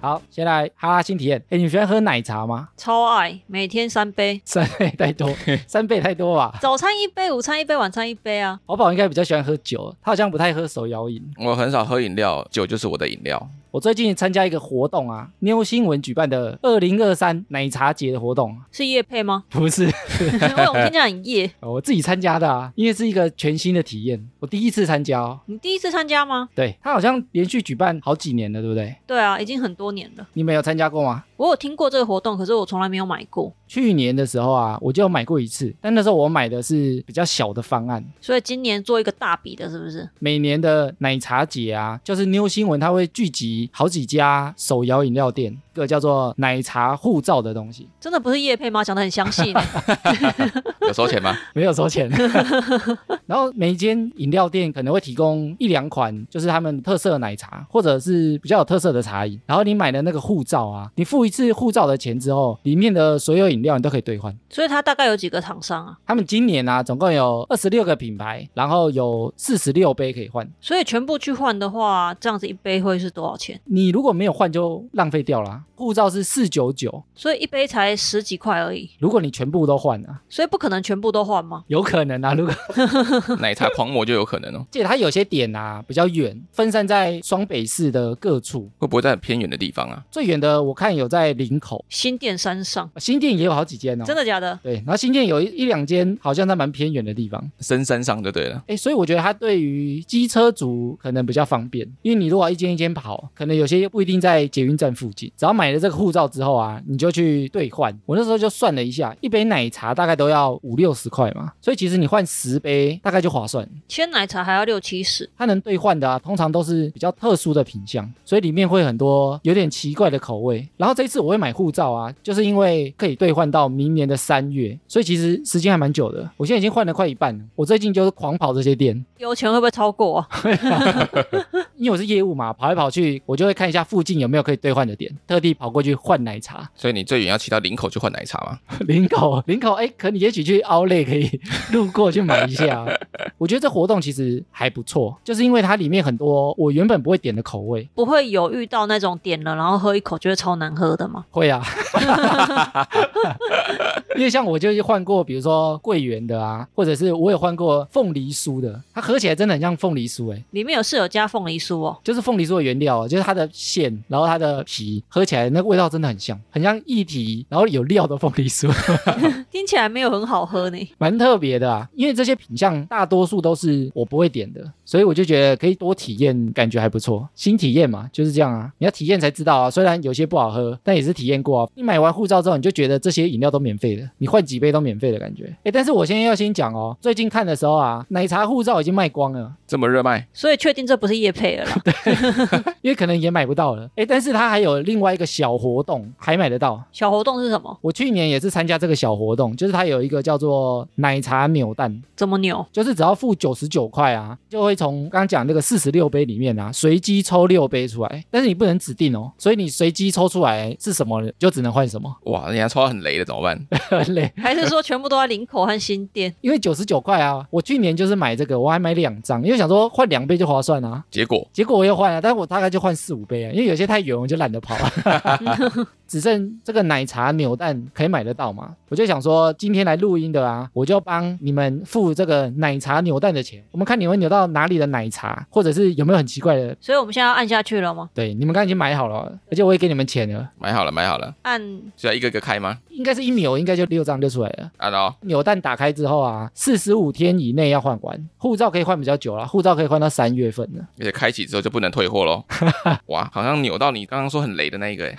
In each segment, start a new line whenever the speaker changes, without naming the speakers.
好，先来哈拉新体验。哎，你喜欢喝奶茶吗？
超爱，每天三杯，
三倍太多，三倍太多吧。
早餐一杯，午餐一杯，晚餐一杯啊。
宝宝应该比较喜欢喝酒，他好像不太喝手摇饮。
我很少喝饮料，酒就是我的饮料。
我最近参加一个活动啊，妞新闻举办的二零二三奶茶节的活动，啊
是夜配吗？
不是
因为我们听起来很夜。
呃我自己参加的啊，因为是一个全新的体验，我第一次参加哦。
你第一次参加吗？
对，他好像连续举办好几年了，对不对？
对啊，已经很多年了。
你们有参加过吗？
我有听过这个活动，可是我从来没有买过，
去年的时候啊，我就有买过一次，但那时候我买的是比较小的方案。
所以今年做一个大笔的，是不是？
每年的奶茶节啊，就是妞新闻，它会聚集好几家手摇饮料店，一个叫做奶茶护照的东西，
真的不是夜配吗？讲得很详细呢。
有收钱吗？
没有收钱。 然后每一间饮料店可能会提供一两款，就是他们特色奶茶，或者是比较有特色的茶饮。然后你买的那个护照啊，你付一次护照的钱之后，里面的所有饮料你都可以兑换。
所以它大概有几个厂商啊？
他们今年啊，总共有二十六个品牌，然后有四十六杯可以换。
所以全部去换的话，这样子一杯会是多少钱？
你如果没有换就浪费掉啦、啊护照是四九九，
所以一杯才十几块而已，
如果你全部都换啊，
所以不可能全部都换吗？
有可能啊。如 果
奶茶狂魔就有可能哦。
记得它有些点啊比较远，分散在双北市的各处，
会不会在很偏远的地方啊？
最远的我看有在林口，
新店山上，
新店也有好几间哦。
真
的。
的假的？
对，然后新店有一一两间好像在蛮偏远的地方，
深山上就对了。
哎，所以我觉得它对于机车族可能比较方便，因为你如果要一间一间跑，可能有些不一定在捷运站附近。只要买了这个护照之后啊，你就去兑换。我那时候就算了一下，一杯奶茶大概都要五六十块嘛，所以其实你换十杯大概就划算。
鲜奶茶还要六七十，
它能兑换的啊，通常都是比较特殊的品相，所以里面会很多有点奇怪的口味。然后这一次我会买护照啊，就是因为可以兑换到明年的三月，所以其实时间还蛮久的。我现在已经换了快一半了，我最近就是狂跑这些店，
油钱会不会超过啊？
因为我是业务嘛，跑来跑去，我就会看一下附近有没有可以兑换的点，特地跑过去换奶茶。
所以你最远要骑到林口去换奶茶吗？
林口，林口，哎，可你也许去奥莱可以路过去买一下。我觉得这活动其实还不错，就是因为它里面很多我原本不会点的口味。
不会有遇到那种点了然后喝一口觉得超难喝的吗？
会啊， 因为像我就是换过，比如说桂圆的啊，或者是我有换过凤梨酥的，它喝起来真的很像凤梨酥哎、
里面有是有加凤梨酥哦，
就是凤梨酥的原料啊，就是它的馅，然后它的皮，喝起来那个味道真的很像，很像一体，然后有料的凤梨酥，
听起来没有很好喝呢。
蛮特别的啊。因为这些品相大多数都是我不会点的，所以我就觉得可以多体验，感觉还不错，新体验嘛，就是这样啊。你要体验才知道啊，虽然有些不好喝， 但也是体验过啊。你买完护照之后，你就觉得这些饮料都免费的，你换几杯都免费的感觉。哎，但是我现在要先讲哦，最近看的时候啊，奶茶护照已经卖光了。
这么热卖，
所以确定这不是叶配了啦。
因为可能也买不到了。哎，但是它还有另外一个小活动，还买得到。
小活动是什么？
我去年也是参加这个小活动，就是它有一个叫做奶茶扭蛋，
怎么扭？
就是只要付九十九块啊，就会从刚刚讲那个四十六杯里面啊，随机抽六杯出来，但是你不能指定哦，所以你随机抽出来是什么，你就只能换什么，
哇，人家抽到很雷的怎么办？
很累。
还是说全部都在林口和新店？
因为九十九块啊，我去年就是买这个，我还买两张，因为想说换两杯就划算啊。
结果
结果我又换了，但是我大概就换四五杯啊，因为有些太远，我就懒得跑了。只剩这个奶茶扭蛋可以买得到嘛？我就想说，今天来录音的啊，我就帮你们付这个奶茶扭蛋的钱，我们看你们扭到哪里的奶茶，或者是有没有很奇怪的。
所以我们现在要按下去了吗？
对，你们刚刚已经买好了，而且我也给你们钱了，
买好了，买好了，
按
是要一个一个开吗？
应该是一扭，应该就六张就出来了。
啊，然后
扭蛋打开之后啊，四十五天以内要换完，护照可以换比较久啦，护照可以换到三月份的。
而且开启之后就不能退货喽。哇，好像扭到你刚刚说很雷的那一个欸，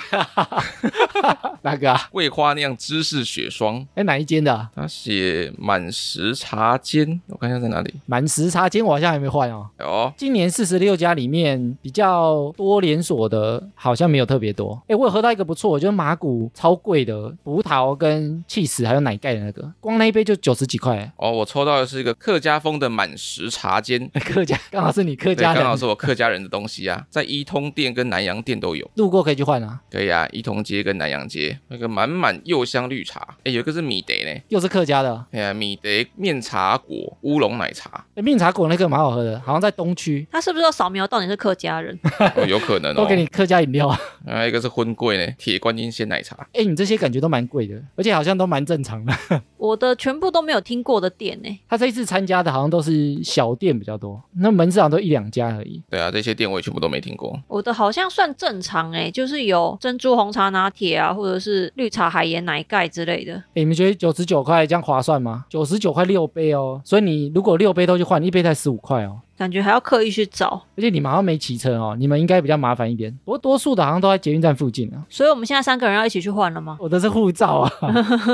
那个啊，
桂花酿芝士雪霜，
哎哪一间的、啊？
它写满时茶间，我看一下在哪里。
满时差间我好像还没换哦。
哦，
今年四十六家里面比较多连锁的，好像没有特别多。哎，我有喝到一个不错，就是马古超贵的葡萄跟 cheese 还有奶盖的那个，光那一杯就九十几块。
哦，我抽到的是一个客家风的满时茶间，
客家刚好是你客
对，
家
刚好
人，
是我客家人的东西啊，在一通店跟南洋店都有。
路过可以去换啊。
可以啊，一通街跟南洋街那个满满柚香绿茶，哎，有一个是米德呢，
又是客家的，
哎呀，米德面茶果乌龙奶茶，
哎，面茶果那个蛮好喝的，好像在东区，
他是不是要扫描到你是客家人？
哦，有可能哦。
都给你客家饮料啊。
还有一个是荤桂呢，铁观音鲜奶茶。
哎，你这些感觉都蛮贵的，而且好像都蛮正常的。
我的全部都没有听过的店呢、
他这一次参加的好像都是小店比较多，那门市好像都一两家而已。
对啊，这些店我也全部都没听过。
我的好像算正常哎、就是有珍珠红茶拿铁啊，或者是绿茶海盐奶盖之类的。
哎，你们觉得九十九块这样划算吗？九十九块六杯哦，所以你如果六杯都去换，一杯才十五块哦。
感觉还要刻意去找，
而且你们好像没骑车哦，你们应该比较麻烦一点。不过多数的好像都在捷运站附近啊。
所以我们现在三个人要一起去换了吗？
我的是护照啊，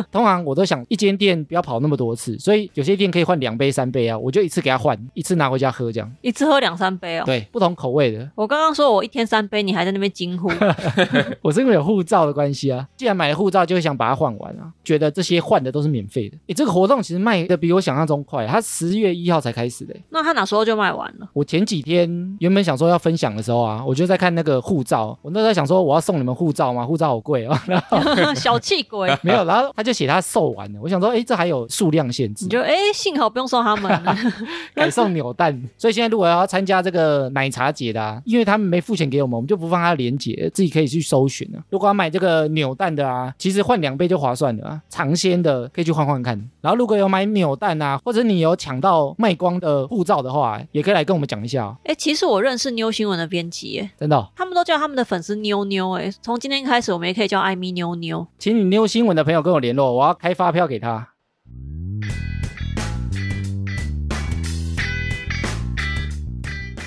通常我都想一间店不要跑那么多次，所以有些店可以换两杯、三杯啊，我就一次给他换，一次拿回家喝这样。
一次喝两三杯哦。
对，不同口味的，
我刚刚说我一天三杯，你还在那边惊呼。
我是因为有护照的关系啊，既然买了护照，就会想把它换完啊，觉得这些换的都是免费的。诶，这个活动其实卖的比我想象中快，啊它十月一号才开始的。欸
那他哪时候就卖完了？
我前几天原本想说要分享的时候啊，我就在看那个护照，我那时候在想说我要送你们护照吗？护照好贵哦， 然后
小气鬼，
没 有，然后他就写他售完了，我想说，诶，这还有数量限制
你，就哎、幸好不用送他们了。
改送扭蛋。所以现在如果要参加这个奶茶节的、啊，因为他们没付钱给我们，我们就不放他连结，自己可以去搜寻啊。如果要买这个扭蛋的啊，其实换两倍就划算了啊，尝鲜的可以去换换看。然后如果有买扭蛋啊，或者你有抢到卖光的护照的话，也可以来跟我们讲一下、哦，
哎、其实我认识妞新闻的编辑耶，
真的哦、
他们都叫他们的粉丝妞妞哎。从今天开始，我们也可以叫艾米妞妞。
请你妞新闻的朋友跟我联络，我要开发票给他。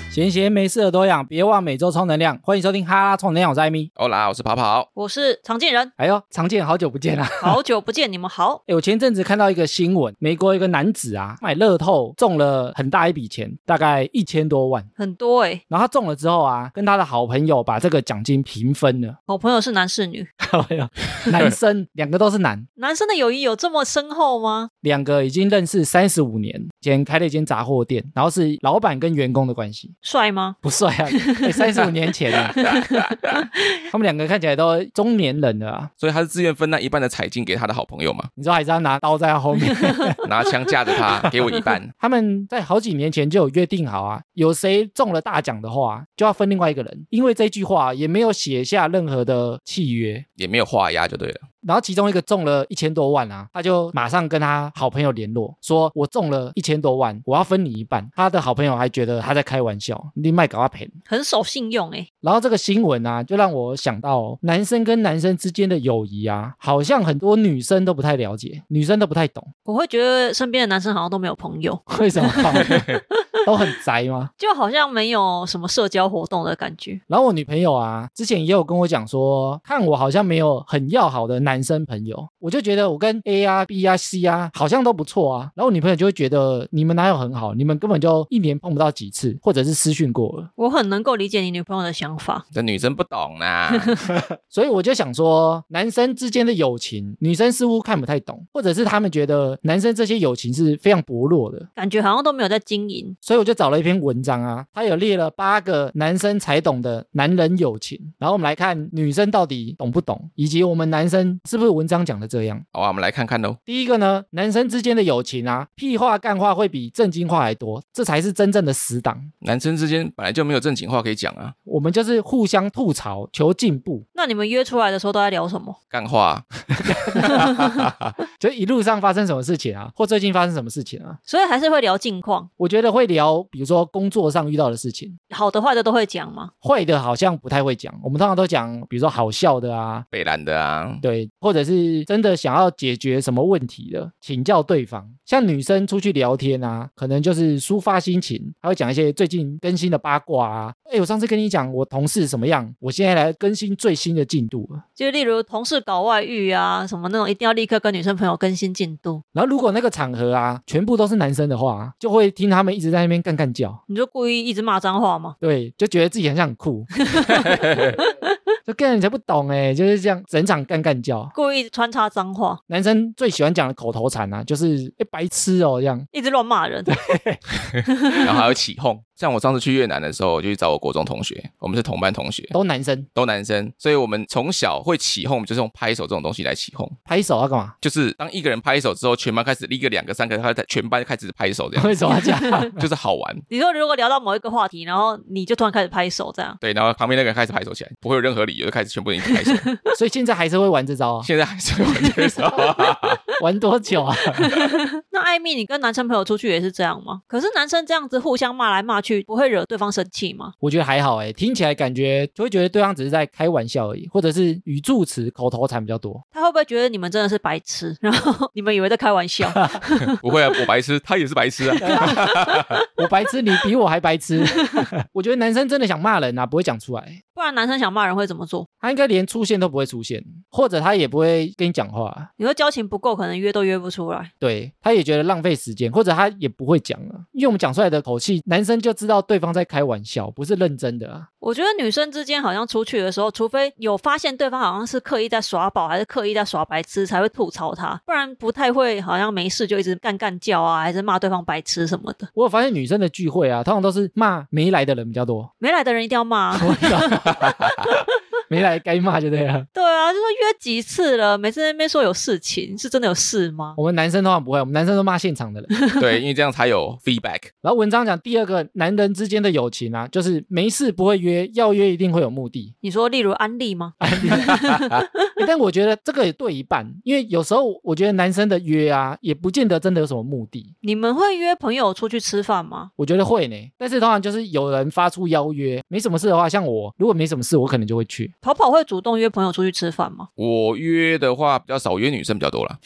闲闲没事的多养，别忘每周充能量。欢迎收听哈拉充能量，我是艾米。
欧哦啊啦，我是跑跑。
我是常进人，
哎呦，常见好久不见啦！啊
好久不见，你们好。
哎，我前阵子看到一个新闻，美国一个男子啊买乐透中了很大一笔钱，大概一千多万。
很多哎、
然后他中了之后啊，跟他的好朋友把这个奖金平分了。
我朋友是男是女？
好朋友，男生两个都是男，
男生的友谊有这么深厚吗？
两个已经认识三十五年，以前开了一间杂货店，然后是老板跟员工的关系，
帅吗？
不帅啊，三十五年前啊，他们两个看起来都中年人了啊，
所以他是自愿分那一半的彩金给他的好朋友嘛，
你知道还是要拿刀在他后面。
拿枪架着他，给我一半。
他们在好几年前就有约定好啊，有谁中了大奖的话，就要分另外一个人，因为这句话也没有写下任何的契约。
也没有画押就对了。
然后其中一个中了一千多万啊，他就马上跟他好朋友联络，说我中了一千多万，我要分你一半。他的好朋友还觉得他在开玩笑，你卖搞他骗。
很守信用哎、
然后这个新闻啊，就让我想到男生跟男生之间的友谊啊，好像很多女生都不太了解，女生都不太懂，
我会觉得身边的男生好像都没有朋友，
为什么都很宅吗？
就好像没有什么社交活动的感觉。
然后我女朋友啊，之前也有跟我讲说，看我好像没有很要好的男生朋友，我就觉得我跟 A 啊、B 啊、C 啊好像都不错啊。然后我女朋友就会觉得你们哪有很好，你们根本就一年碰不到几次，或者是私讯过了。
我很能够理解你女朋友的想法，
这女生不懂 啊啦，
所以我就想说，男生之间的友情，女生似乎看不太懂，或者是他们觉得男生这些友情是非常薄弱的。
感觉好像都没有在经营。
所以我就找了一篇文章啊，它有列了八个男生才懂的男人友情，然后我们来看女生到底懂不懂，以及我们男生是不是文章讲的这样。
好啊，我们来看看喽。
第一个呢，男生之间的友情啊，屁话干话会比正经话还多，这才是真正的死党。
男生之间本来就没有正经话可以讲啊，
我们就是互相吐槽，求进步，
那你们约出来的时候都在聊什么？
干话
就一路上发生什么事情啊，或最近发生什么事情啊，
所以还是会聊近况，
我觉得会聊，比如说工作上遇到的事情，
好的坏的都会讲吗？
坏的好像不太会讲，我们通常都讲，比如说好笑的啊，
北兰的啊，
对，或者是真的想要解决什么问题的，请教对方。像女生出去聊天啊，可能就是抒发心情，还会讲一些最近更新的八卦啊。哎，我上次跟你讲我同事什么样，我现在来更新最新的进度了。
就例如同事搞外遇啊，什么那种一定要立刻跟女生朋友更新进度，
然后如果那个场合啊，全部都是男生的话，就会听他们一直在那边干干叫，
你就故意一直骂脏话吗？
对，就觉得自己很像很酷。 就干你才不懂哎、就是这样，整场干干叫。
故意穿插脏话，
男生最喜欢讲的口头禅啊，就是哎白痴哦这样。
一直乱骂人，
然后还有起哄，像我上次去越南的时候，我就去找我国中同学，我们是同班同学，
都男生
都男生，所以我们从小会起哄，就是用拍手这种东西来起哄。
拍手要干嘛？
就是当一个人拍手之后，全班开始一个、两个、三个，他在全班开始拍手，这样
为什么要这 样？
就是好玩。
你说如果聊到某一个话题，然后你就突然开始拍手这样，
对，然后旁边那个人开始拍手起来，不会有任何理由，就开始全部人一起 拍手。
所以现在还是会玩这 招啊？
现在还是会玩这种啊
玩多久啊？
那艾米，你跟男生朋友出去也是这样吗？可是男生这样子互相骂来骂去，不会惹对方生气吗？
我觉得还好哎，听起来感觉就会觉得对方只是在开玩笑而已，或者是语助词、口头禅比较多。
他会不会觉得你们真的是白痴，然后 你们以为在开玩笑？
不会啊，我白痴，他也是白痴啊。
我白痴，你比我还白 痴。我觉得男生真的想骂人啊，不会讲出来，
不然男生想骂人会怎么做？
他应该连出现都不会出现，或者他也不会跟你讲话。啊
你说交情不够，可能约都约不出来。
对，他也觉得浪费时间，或者他也不会讲了，因为我们讲出来的口气，男生就知道对方在开玩笑，不是认真的啊。
我觉得女生之间好像出去的时候，除非有发现对方好像是刻意在耍宝，还是刻意在耍白痴，才会吐槽他，不然不太会好像没事就一直干干叫啊，还是骂对方白痴什么的。
我有发现女生的聚会啊，通常都是骂没来的人比较多，
没来的人一定要骂啊、
没来该骂就对了。
对啊，就说约几次了，每次在那边说有事情，是真的有事吗？
我们男生通常不会，我们男生都骂现场的人。
对，因为这样才有 feedback。
然后文章讲第二个男人之间的友情啊，就是没事不会约，要约一定会有目的。
你说例如安利吗？
欸但我觉得这个也对一半，因为有时候我觉得男生的约啊，也不见得真的有什么目的。
你们会约朋友出去吃饭吗？
我觉得会呢，但是通常就是有人发出邀约，没什么事的话，像我如果没什么事，我可能就会去。
跑跑会主动约朋友出去吃饭吗？
我约的话比较少，约女生比较多啦。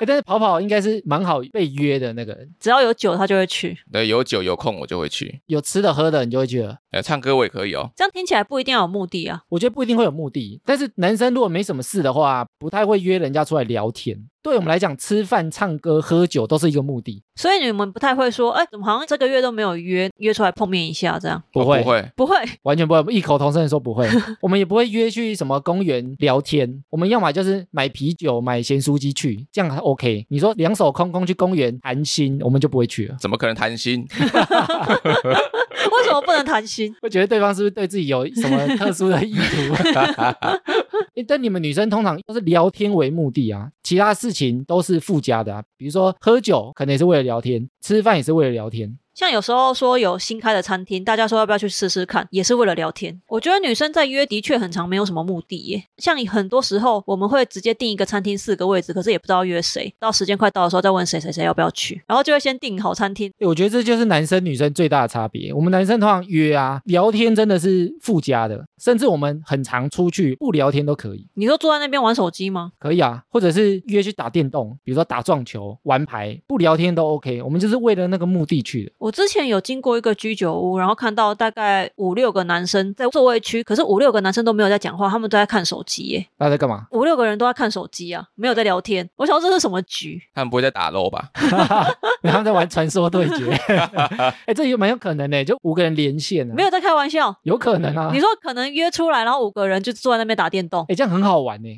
欸但是跑跑应该是蛮好被约的那个人，
只要有酒他就会去。
对，有酒有空我就会去。
有吃的喝的你就会去了。
呃，唱歌我也可以哦。
这样听起来不一定要有目的啊。
我觉得不一定会有目的，但是男生如果没什么事的话，不太会约人家出来聊天。对我们来讲，吃饭、唱歌、喝酒都是一个目的，
所以你们不太会说，哎，怎么好像这个月都没有约约出来碰面一下这样？
不
哦
会，
不会，
不会，
完全不会，异口同声的说不 会。我们也不会约去什么公园聊天，我们要么就是买啤酒、买咸酥鸡去，这样还 OK。你说两手空空去公园谈心，我们就不会去了。
怎么可能谈心？
为什么不能谈心？
会觉得对方是不是对自己有什么特殊的意图？欸但你们女生通常都是聊天为目的啊，其他事情都是附加的啊。比如说喝酒，可能也是为了聊天；吃饭也是为了聊天。
像有时候说有新开的餐厅，大家说要不要去试试看，也是为了聊天。我觉得女生在约的确很常没有什么目的耶。像很多时候我们会直接订一个餐厅四个位置，可是也不知道约谁，到时间快到的时候再问谁谁谁要不要去，然后就会先订好餐厅。
欸我觉得这就是男生女生最大的差别。我们男生通常约啊，聊天真的是附加的，甚至我们很常出去不聊天都可以，
你说坐在那边玩手机吗？
可以啊，或者是约去打电动，比如说打撞球、玩牌，不聊天都 OK。我们就是为了那个目的去的。
我之前有经过一个居酒屋，然后看到大概五六个男生在座位区，可是五六个男生都没有在讲话，他们都在看手机耶。
那在干嘛？
五六个人都在看手机啊，没有在聊天。我想说这是什么局？
他们不会在打漏吧？
然后在玩传说对决， 哎、这有蛮有可能呢、就五个人连线啊，
没有在开玩笑。
有可能啊。
你说可能约出来，然后五个人就坐在那边打 电动
哎、，这样很好玩呢、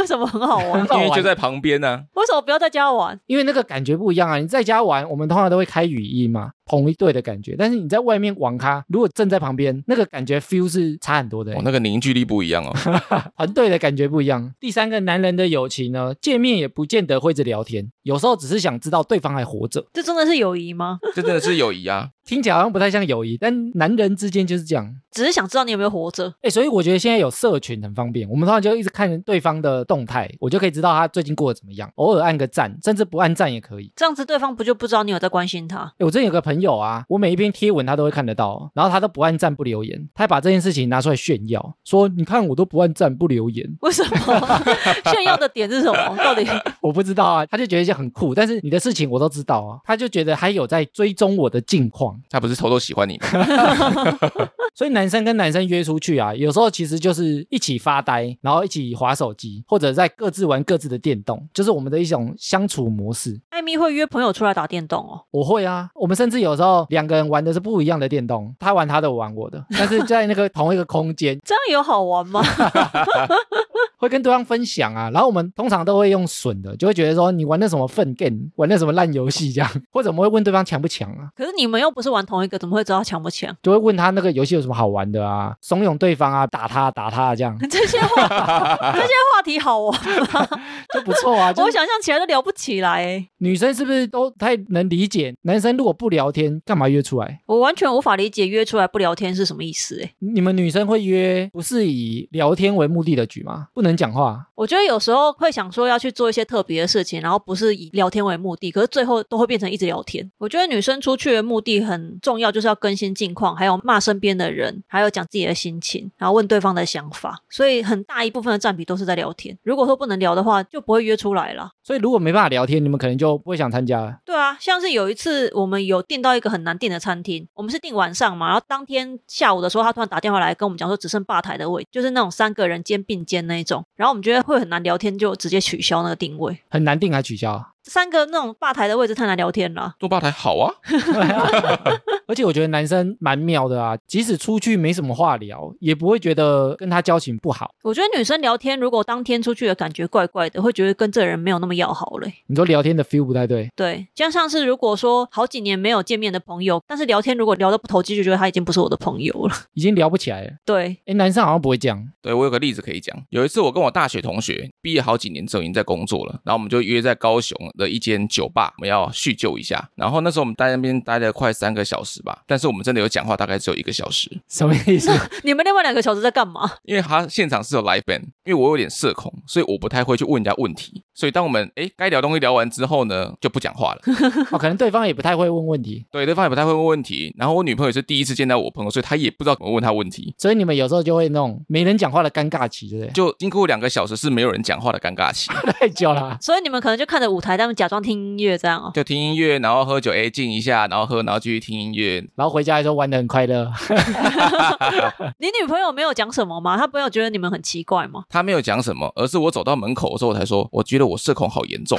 为什么很好玩
很？好
因为
玩
就在旁边啊呢、
为什么不要在家玩？
因为那个感觉不一样啊。你在家玩，我们通常都会开语音嘛，同一队的感觉。但是你在外面网咖，如果站在旁边，那个感觉 feel 是差很多的、
哦，那个凝聚力不一 样哦。
团队的感觉不一样。第三个男人的友情呢，见面也不见得会一直聊天，有时候只是想知道对方还活着。
这真的是友谊吗？
这真的是友谊啊！
听起来好像不太像友谊，但男人之间就是这样。
只是想知道你有没有活着。
哎、所以我觉得现在有社群很方便，我们通常就一直看对方的动态，我就可以知道他最近过得怎么样，偶尔按个赞，甚至不按赞也可以。
这样子对方不就不知道你有在关心他？
哎，我之前有个朋友啊，我每一篇贴文他都会看得到，哦然后他都不按赞不留言，他还把这件事情拿出来炫耀，说你看我都不按赞不留言，
为什么炫耀的点是什么？到底
我不知道啊，他就觉得这很酷，但是你的事情我都知道啊，他就觉得还有在追踪我的近况，
他不是偷偷喜欢你吗？
所以男生跟男生约出去啊，有时候其实就是一起发呆，然后一起划手机，或者在各自玩各自的电动，就是我们的一种相处模式。
艾米会约朋友出来打电动哦？，
我会啊，我们甚至有时候两个人玩的是不一样的电动，他 玩他的，我玩我的，但是在那个同一个空间
这样有好玩吗？
会跟对方分享啊。然后我们通常都会用损的，就会觉得说你玩的什么粪 game，玩的什么烂游戏这样，或者我们会问对方强不强啊，
可是你们又不是玩同一个，怎么会知道强不强？
就会问他那个游戏有什么好玩的啊，怂恿对方啊，打他打他这样
这些 话，这些话题好玩吗？
就不错啊。 就
我
是
想象起来都聊不起来、欸，
女生是不是都太能理解？男生如果不聊天，干嘛约出来？
我完全无法理解约出来不聊天是什么意思、欸。
你们女生会约不是以聊天为目的的局吗？不能讲话，
我觉得有时候会想说要去做一些特别的事情，然后不是以聊天为目的，可是最后都会变成一直聊天。我觉得女生出去的目的很重要，就是要更新近况，还有骂身边的人，还有讲自己的心情，然后问对方的想法。所以很大一部分的占比都是在聊天。如果说不能聊的话，就不会约出来了。
所以如果没办法聊天，你们可能就不会想参加了。
对啊，像是有一次我们有订到一个很难订的餐厅，我们是订晚上嘛，然后当天下午的时候，他突然打电话来跟我们讲说只剩吧台的位，就是那种三个人肩并肩那一种，然后我们觉得会很难聊天，就直接取消那个定位。
很难定还取消啊，
三个那种吧台的位置太难聊天了。
做吧台好啊，
而且我觉得男生蛮妙的啊，即使出去没什么话聊，也不会觉得跟他交情不好。
我觉得女生聊天，如果当天出去的感觉怪怪的，会觉得跟这个人没有那么要好嘞。
你说聊天的 feel 不太对，
对，加上是如果说好几年没有见面的朋友，但是聊天如果聊得不投机，就觉得他已经不是我的朋友了。
已经聊不起来了。
对，
哎，男生好像不会这样，
对我有个例子可以讲，有一次我跟我大学同学毕业好几年之后已经在工作了，然后我们就约在高雄的一间酒吧，我们要叙旧一下。然后那时候我们待在那边待了快三个小时吧，但是我们真的有讲话，大概只有一个小时，
什么意思？
你们另外两个小时在干嘛？
因为他现场是有 live band，因为我有点社恐，所以我不太会去问人家问题，所以当我们哎该聊东西聊完之后呢，就不讲话了。
哦，可能对方也不太会问问题，
对，对方也不太会问问题，然后我女朋友也是第一次见到我朋友，所以她也不知道怎么问她问题。
所以你们有时候就会那种没人讲话的尴尬期，对不 对？
就经过两个小时是没有人讲话的尴尬期，
太久了啊、
所以你们可能就看着舞台，他们假装听音乐这样哦。
就听音乐，然后喝酒，哎，静一下，然后喝，然后继续听音乐，
然后回家的时候玩得很快乐，
你女朋友没有讲什么吗？她没有觉得你们很奇怪吗？
他没有讲什么，而是我走到门口的时候，我才说，我觉得我社恐好严 重，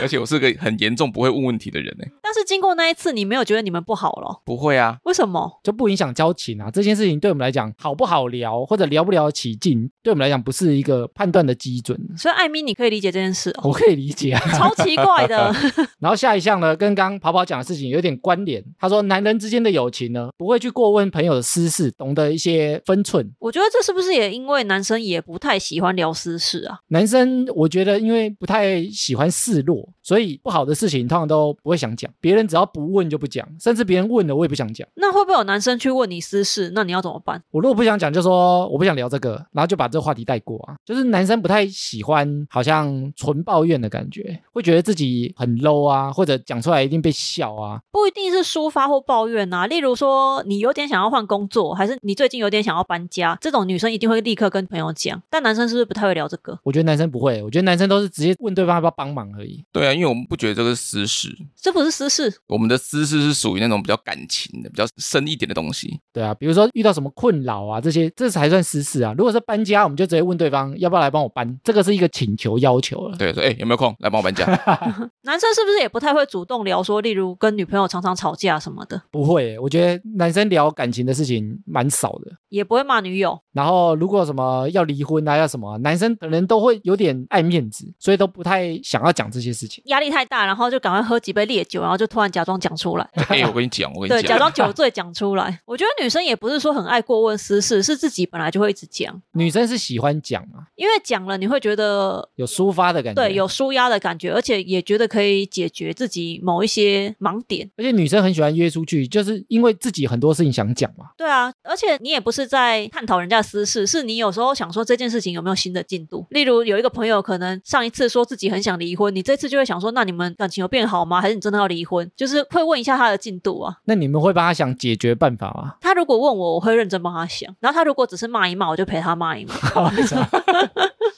而且我是个很严重不会问问题的人呢。欸
但是经过那一次，你没有觉得你们不好了？
不会啊，
为什么？
就不影响交情啊。这件事情对我们来讲好不好聊，或者聊不聊得起劲，对我们来讲不是一个判断的基准。
所以艾米，你可以理解这 件事哦，
我可以理解啊。
超奇怪的。
然后下一项呢，跟刚刚跑跑讲的事情有点关联。他说，男人之间的友情呢，不会去过问朋友的私事，懂得一些分寸。
我觉得这是不是也因为男生也不太喜欢聊私事啊？
男生我觉得因为不太喜欢示弱，所以不好的事情通常都不会想讲，别人只要不问就不讲，甚至别人问了我也不想讲。
那会不会有男生去问你私事？那你要怎么办？
我如果不想讲，就说我不想聊这个，然后就把这个话题带过啊。就是男生不太喜欢好像纯抱怨的感觉，会觉得自己很 low 啊，或者讲出来一定被笑啊。
不一定是抒发或抱怨啊，例如说你有点想要换工作，还是你最近有点想要搬家，这种女生一定会立刻跟朋友讲，但男生是不是不太会聊这个？
我觉得男生不会，我觉得男生都是直接问对方要不要帮忙而已。
对啊，因为我们不觉得这个是私事，
这不是私事，
我们的私事是属于那种比较感情的、比较深一点的东西。
对啊，比如说遇到什么困扰啊，这些这才算私事啊。如果是搬家，我们就直接问对方要不要来帮我搬，这个是一个请求要求了。
对，说哎有没有空来帮我搬家？
男生是不是也不太会主动聊说，例如跟女朋友常常吵架什么的，
不会，我觉得男生聊感情的事情蛮少的。
也不会骂女友？
然后如果什么要离婚啊，要什么啊，男生可能都会有点爱面子，所以都不太想要讲这些事情。
压力太大，然后就赶快喝几杯烈酒，然后就突然假装讲出来，
哎，我跟你讲，我跟
对，
你
假
讲，
装酒醉讲出来。我觉得女生也不是说很爱过问私事，是自己本来就会一直讲，
女生是喜欢讲嘛，
因为讲了你会觉得
有抒发的感觉。
对有。舒压的感觉，而且也觉得可以解决自己某一些盲点。
而且女生很喜欢约出去，就是因为自己很多事情想讲嘛。
对啊，而且你也不是在探讨人家的私事，是你有时候想说这件事情有没有新的进度。例如有一个朋友可能上一次说自己很想离婚，你这次就会想说，那你们感情有变好吗？还是你真的要离婚？就是会问一下他的进度啊。
那你们会帮她想解决办法吗？
他如果问我，我会认真帮他想。然后他如果只是骂一骂，我就陪他骂一骂。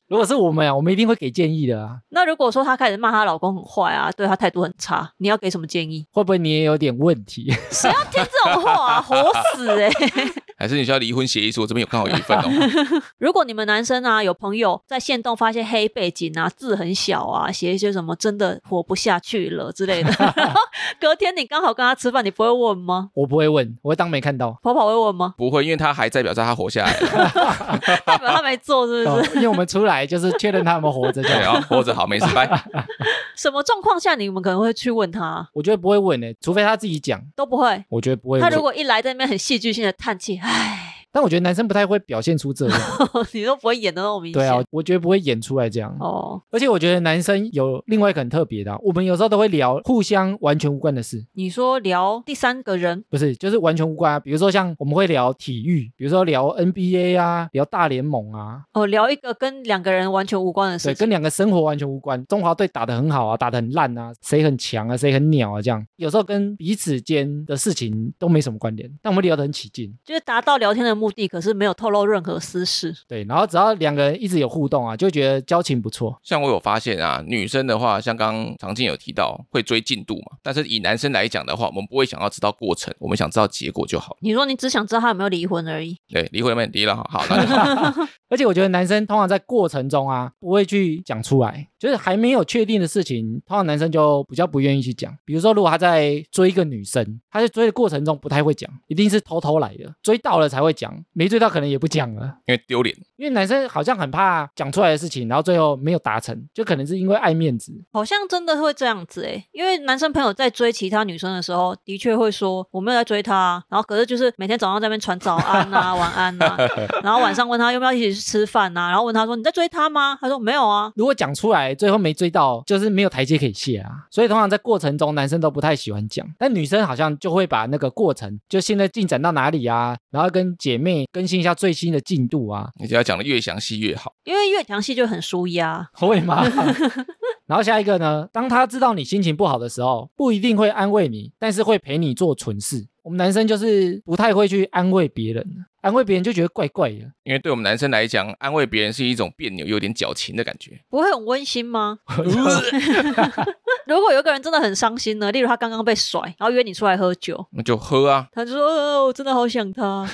如果是我们啊，我们一定会给建议的啊。
那如果说她开始骂她老公很坏啊，对她态度很差，你要给什么建议？
会不会你也有点问题？
谁要听这种话啊？活死哎、
还是你需要离婚协议书？我这边有刚好有一份哦。？
如果你们男生啊有朋友在线动发现黑背景啊字很小啊，写一些什么真的活不下去了之类的，然后隔天你刚好跟他吃饭，你不会问吗？
我不会问，我会当没看到。
跑跑会问吗
不会，因为他还在，表示他活下来了。
代表他没做是不
哦
是？，
因为我们出来就是确认他们活着这
对
样。
啊，活着好，没事，拜。
什么状况下你们可能会去问他？
我觉得不会问诶、除非他自己讲，
都不会。
我觉得不会
他
问。
如果一来在那边很戏剧性的叹气，唉，
但我觉得男生不太会表现出这样。
你都不会演的那么明显。
对啊，我觉得不会演出来这样。
哦，
而且我觉得男生有另外一个很特别的啊、我们有时候都会聊互相完全无关的事，
你说聊第三个人，
不是，就是完全无关啊。比如说像我们会聊体育，比如说聊 NBA 啊，聊大联盟啊，
哦，聊一个跟两个人完全无关的
对，
事情。
跟两个生活完全无关。中华队打得很好啊，打得很烂啊，谁很强啊，谁很鸟啊，这样有时候跟彼此间的事情都没什么关联，但我们聊得很起劲。
就是达到聊天的目的，可是没有透露任何私事。
对，然后只要两个人一直有互动啊，就觉得交情不错。
像我有发现啊，女生的话，像刚刚常静有提到会追进度嘛，但是以男生来讲的话，我们不会想要知道过程，我们想知道结果就好。哎
你说你只想知道他有没有离婚而已，
对，离婚没离了，好，那就好
而且我觉得男生通常在过程中啊，不会去讲出来，就是还没有确定的事情，通常男生就比较不愿意去讲。比如说，如果他在追一个女生，他在追的过程中不太会讲，一定是偷偷来的，追到了才会讲，没追到可能也不讲了。
因为丢脸。
因为男生好像很怕讲出来的事情，然后最后没有达成，就可能是因为爱面子。
好像真的会这样子诶、因为男生朋友在追其他女生的时候，的确会说我没有在追她啊、然后可是就是每天早上在那边传早安啊、晚安 啊，然后晚上问他要不要一起去吃饭啊，然后问他说你在追她吗？他说没有啊，
如果讲出来最后没追到，就是没有台阶可以下啊。所以通常在过程中，男生都不太喜欢讲，但女生好像就会把那个过程，就现在进展到哪里啊，然后跟姐妹更新一下最新的进度啊，
你只要讲的越详细越好。
因为越详细就很舒压。
会吗？ 然后下一个呢，当他知道你心情不好的时候，不一定会安慰你，但是会陪你做蠢事。我们男生就是不太会去安慰别人，安慰别人就觉得怪怪的，
因为对我们男生来讲，安慰别人是一种别扭、有点矫情的感 觉。
不会很温馨吗？ 如果有一个人真的很伤心呢，例如他刚刚被甩，然后约你出来喝酒，
那就喝啊，
他就说、呃我真的好想他，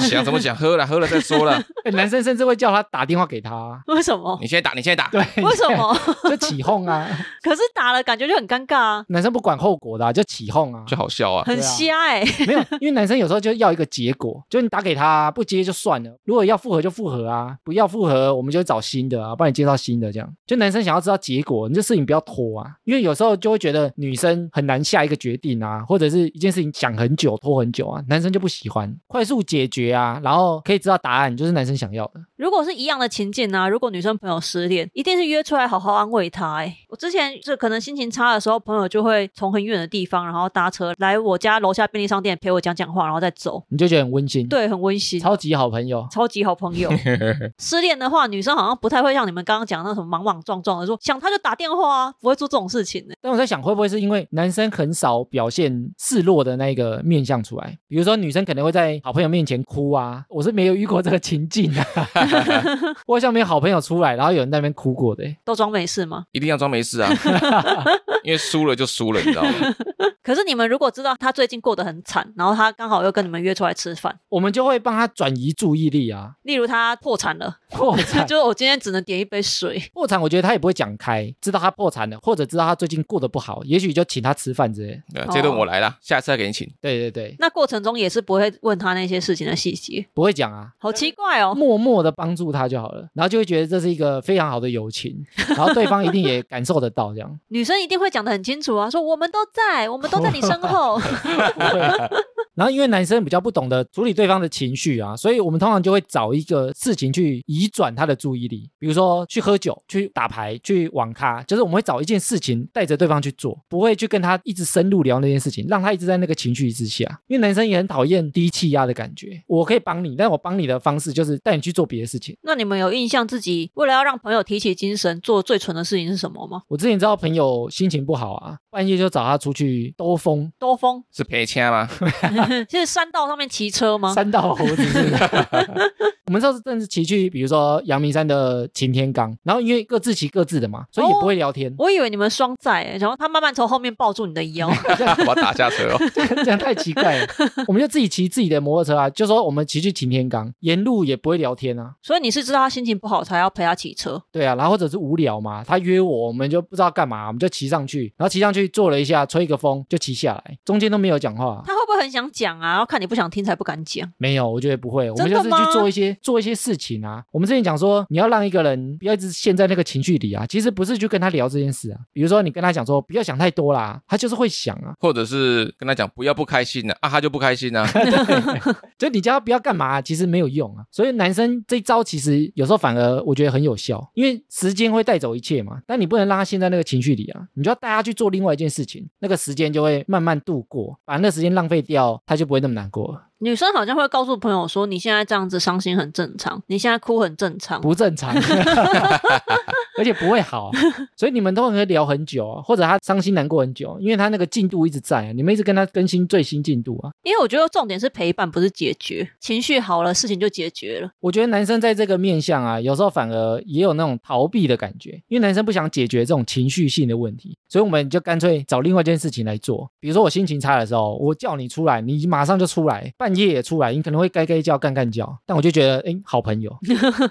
想怎么想，喝了喝了再说了。
欸男生甚至会叫他打电话给他，
为什么？
你现在 打，你现在打。
对，
为什么？
就起哄啊。
可是打了感觉就很尴尬啊，
男生不管后果的啊、就起哄啊，
就好笑啊！
很
对啊
瞎哎、
没有，因为男生有时候就要一个结果，就你打给他啊不接就算了，如果要复合就复合啊，不要复合我们就找新的啊，帮你介绍新的这样。就男生想要知道结果，你这事情不要拖啊，因为有时候就会觉得女生很难下一个决定啊，或者是一件事情想很久拖很久啊，男生就不喜欢快速解决啊，然后可以知道答案，就是男生想要的。
如果是一样的情境呢、如果女生朋友失恋，一定是约出来好好安慰她、欸。我之前是可能心情差的时候，朋友就会从很远的地方，然后搭车来我家楼下便利商店陪我讲讲话，然后再走。
你就觉得很温馨，，
对，很温馨，
超级好朋友。
超级好朋友。 失恋的话，女生好像不太会像你们刚刚讲的那什么莽莽撞撞的说想他就打电话啊，不会做这种事情呢、
但我在想，会不会是因为男生很少表现示弱的那个面相出来？比如说，女生可能会在好朋友面前哭啊，我是没有遇过这个情境 啊。我好像没有好朋友出来，然后有人在那边哭过的欸。
都装没事吗？
一定要装没事啊，因为输了就输了，你知道吗？
可是你们如果知道他最近过得很惨，然后他刚好又跟你们约出来吃饭，
我们就会帮他转移注意力啊。
例如他破产了，
破产，
就是哦我今天只能点一杯水。
破产，我觉得他也不会讲开，知道他破产了，或者知道他最近过得不好，也许就请他吃饭之类的。
对啊这顿我来啦，下次再给你请。
对对对，
那过程中也是不会问他那些事情的细节，
不会讲啊。
好奇怪哦。
默默的帮助他就好了，然后就会觉得这是一个非常好的友情，然后对方一定也感受得到这样。
女生一定会讲得很清楚啊，说我们都在，我们都在你身后。
不会啊。 然后因为男生比较不懂得处理对方的情绪啊，所以我们通常就会找一个事情去移转他的注意力，比如说去喝酒、去打牌、去网咖，就是我们会找一件事情带着对方去做，不会去跟他一直深入聊那件事情，让他一直在那个情绪之下。因为男生也很讨厌低气压的感觉，我可以帮你，但我帮你的方式就是带你去做别的事情。
那你们有印象自己为了要让朋友提起精神做最蠢的事情是什么吗？
我之前知道朋友心情不好啊，半夜就找他出去兜风，
兜风，
是赔钱吗？
是山道上面骑车吗？
三道猴子是不是我们上次正是骑去，比如说阳明山的擎天岗，然后因为各自骑各自的嘛，所以也不会聊 天，
我以为你们双载、欸，然后他慢慢从后面抱住你的腰，
我要打下车哦。
这样太奇怪了。我们就自己骑自己的摩托车啊，就说我们骑去擎天岗，沿路也不会聊天啊，
所以你是知道他心情不好才要陪他骑车。
对啊，然后或者是无聊嘛，他约我，我们就不知道干嘛，我们就骑上去，然后骑上去坐了一下，吹个风就骑下来，中间都没有讲话。
他会不会很想讲啊？然后看你不想听才不敢讲。
没有，我觉得不会，我们
真的
就是
吗
去做一些做一些事情啊。我们之前讲说，你要让一个人不要一直陷在那个情绪里啊，其实不是去跟他聊这件事啊。比如说你跟他讲说不要想太多啦，他就是会想啊。
或者是跟他讲不要不开心了啊，他就不开心啊。
就你叫他不要干嘛、其实没有用啊。所以男生这一招其实有时候反而我觉得很有效，因为时间会带走一切嘛。但你不能让他陷在那个情绪里啊，你就要带他去做另外一件事情，那个时间就会慢慢度过，把那个时间浪费掉，他就不会那么难过了。
女生好像会告诉朋友说，你现在这样子伤心很正常，你现在哭很正常。
不正常， 而且不会好、所以你们都可以聊很久啊，或者他伤心难过很久，因为他那个进度一直在、啊，你们一直跟他更新最新进度啊。
因为我觉得重点是陪伴，不是解决。情绪好了，事情就解决了。
我觉得男生在这个面相啊，有时候反而也有那种逃避的感觉，因为男生不想解决这种情绪性的问题，所以我们就干脆找另外一件事情来做。比如说我心情差的时候，我叫你出来，你马上就出来，半夜也出来，你可能会该该叫干干叫，但我就觉得，哎，好朋友，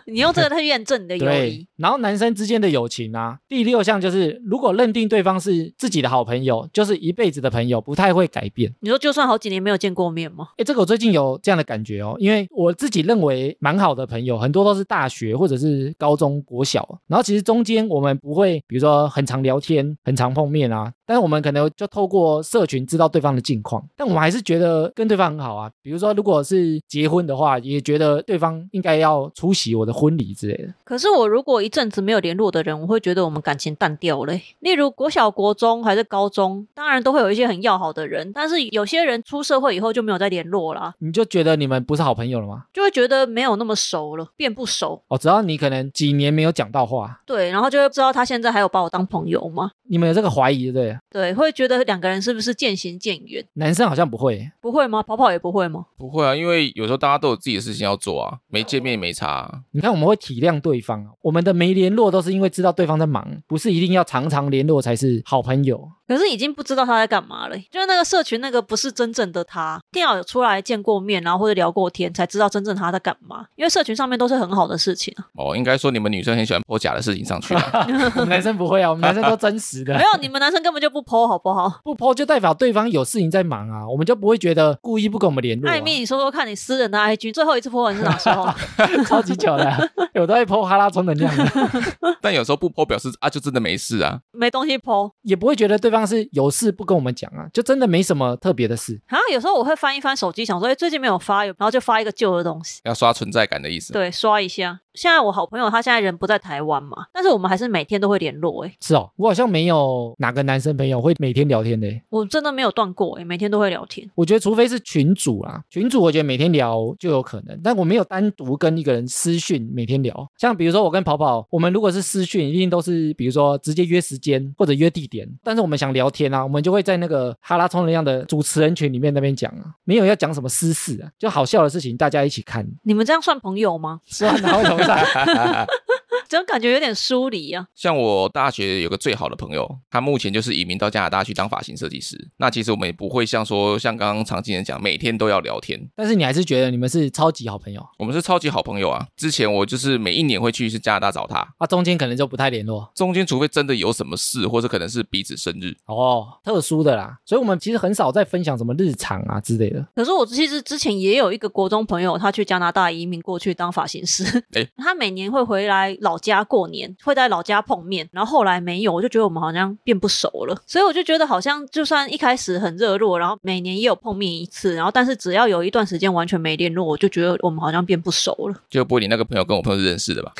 你用这个去验证你的友
对
谊。。
然后男生之间的友情啊，第六项就是，如果认定对方是自己的好朋友，就是一辈子的朋友，不太会改变。
你说就算好几年没有见过面吗？
哎，这个我最近有这样的感觉哦，因为我自己认为蛮好的朋友，很多都是大学或者是高中、国小，然后其实中间我们不会，比如说很常聊天、很常碰面啊，但是我们可能就透过社群知道对方的近况，但我们还是觉得跟对方很好啊。比如说，如果是结婚的话，也觉得对方应该要出席我的婚礼之类的。
可是我如果一阵子没有联络的人，我会觉得我们感情淡掉嘞。例如国小、国中还是高中，当然都会有一些很要好的人，但是有些人出社会以后就没有再联络啦，
你就觉得你们不是好朋友了吗？
就会觉得没有那么熟了，变不熟。
哦，只要你可能几年没有讲到话，
对，然后就会不知道他现在还有把我当朋友吗？
你们有这个怀疑对不对？
对，会觉得两个人是不是渐行渐远？
男生好像不会，
不会吗？跑跑也不会吗？
不会啊，因为有时候大家都有自己的事情要做啊，没见面也没差、啊。
你看，我们会体谅对方啊，我们的没联络都是因为知道对方在忙，不是一定要常常联络才是好朋 友。
可是已经不知道他在干嘛了，就是那个社群那个不是真正的他，一定要有出来见过面，然后或者聊过天，才知道真正他在干嘛。因为社群上面都是很好的事 情啊，
哦，应该说你们女生很喜欢泼假的事情上去、啊，
我们男生不会啊，我们男生都真实
没
的，
有你们男生根本就不 PO 好 不好？
不剖就代表对方有事情在忙啊，我们就不会觉得故意不跟我们联络、啊。
艾哎米，你说说看你私人的 IG 最后一次 PO 文是哪时候？
超级巧的啊、 有都会剖哈拉充能量的，
但有时候不泼表示啊，就真的没事啊。
没东西 PO
也不会觉得对方是有事不跟我们讲啊，就真的没什么特别的事。
啊，有时候我会翻一翻手机，想说哎、诶最近没有发，有然后就发一个旧的东西。
要刷存在感的意思。
对，刷一下。现在我好朋友他现在人不在台湾嘛，但是我们还是每天都会联络、欸。
是哦，我好像没有哪个男生朋友会每天聊天的耶。欸
我真的没有断过、欸，每天都会聊天。
我觉得除非是群主啦，群主我觉得每天聊就有可能，但我没有单独跟一个人私讯每天聊。像比如说我跟跑跑，我们如果是私讯，一定都是比如说直接约时间或者约地点，但是我们想聊天啊，我们就会在那个哈拉充能量的主持人群里面那边讲啊，没有要讲什么私事啊，就好笑的事情大家一起看，
你们这样算朋友吗？
吃 完拿回头上。
真感觉有点疏离啊。
像我大学有个最好的朋友，他目前就是移民到加拿大去当发型设计师。那其实我们也不会像说像刚刚常进人讲，每天都要聊天。
但是你还是觉得你们是超级好朋友
我们是超级好朋友啊！之前我就是每一年会去是加拿大找他，
啊，中间可能就不太联络。
中间除非真的有什么事，或者可能是彼此生日，
哦，特殊的啦，所以我们其实很少在分享什么日常啊之类的。
可是我其实之前也有一个国中朋友，他去加拿大移民过去当发型师，
诶
他每年会回来老家过年，会在老家碰面。然后后来没有，我就觉得我们好像变不熟了，所以我就觉得好像就算一开始很热络，然后每年也有碰面一次，然后但是只要有一段时间完全没联络，我就觉得我们好像变不熟了。
就不会你那个朋友跟我朋友是认识的吧？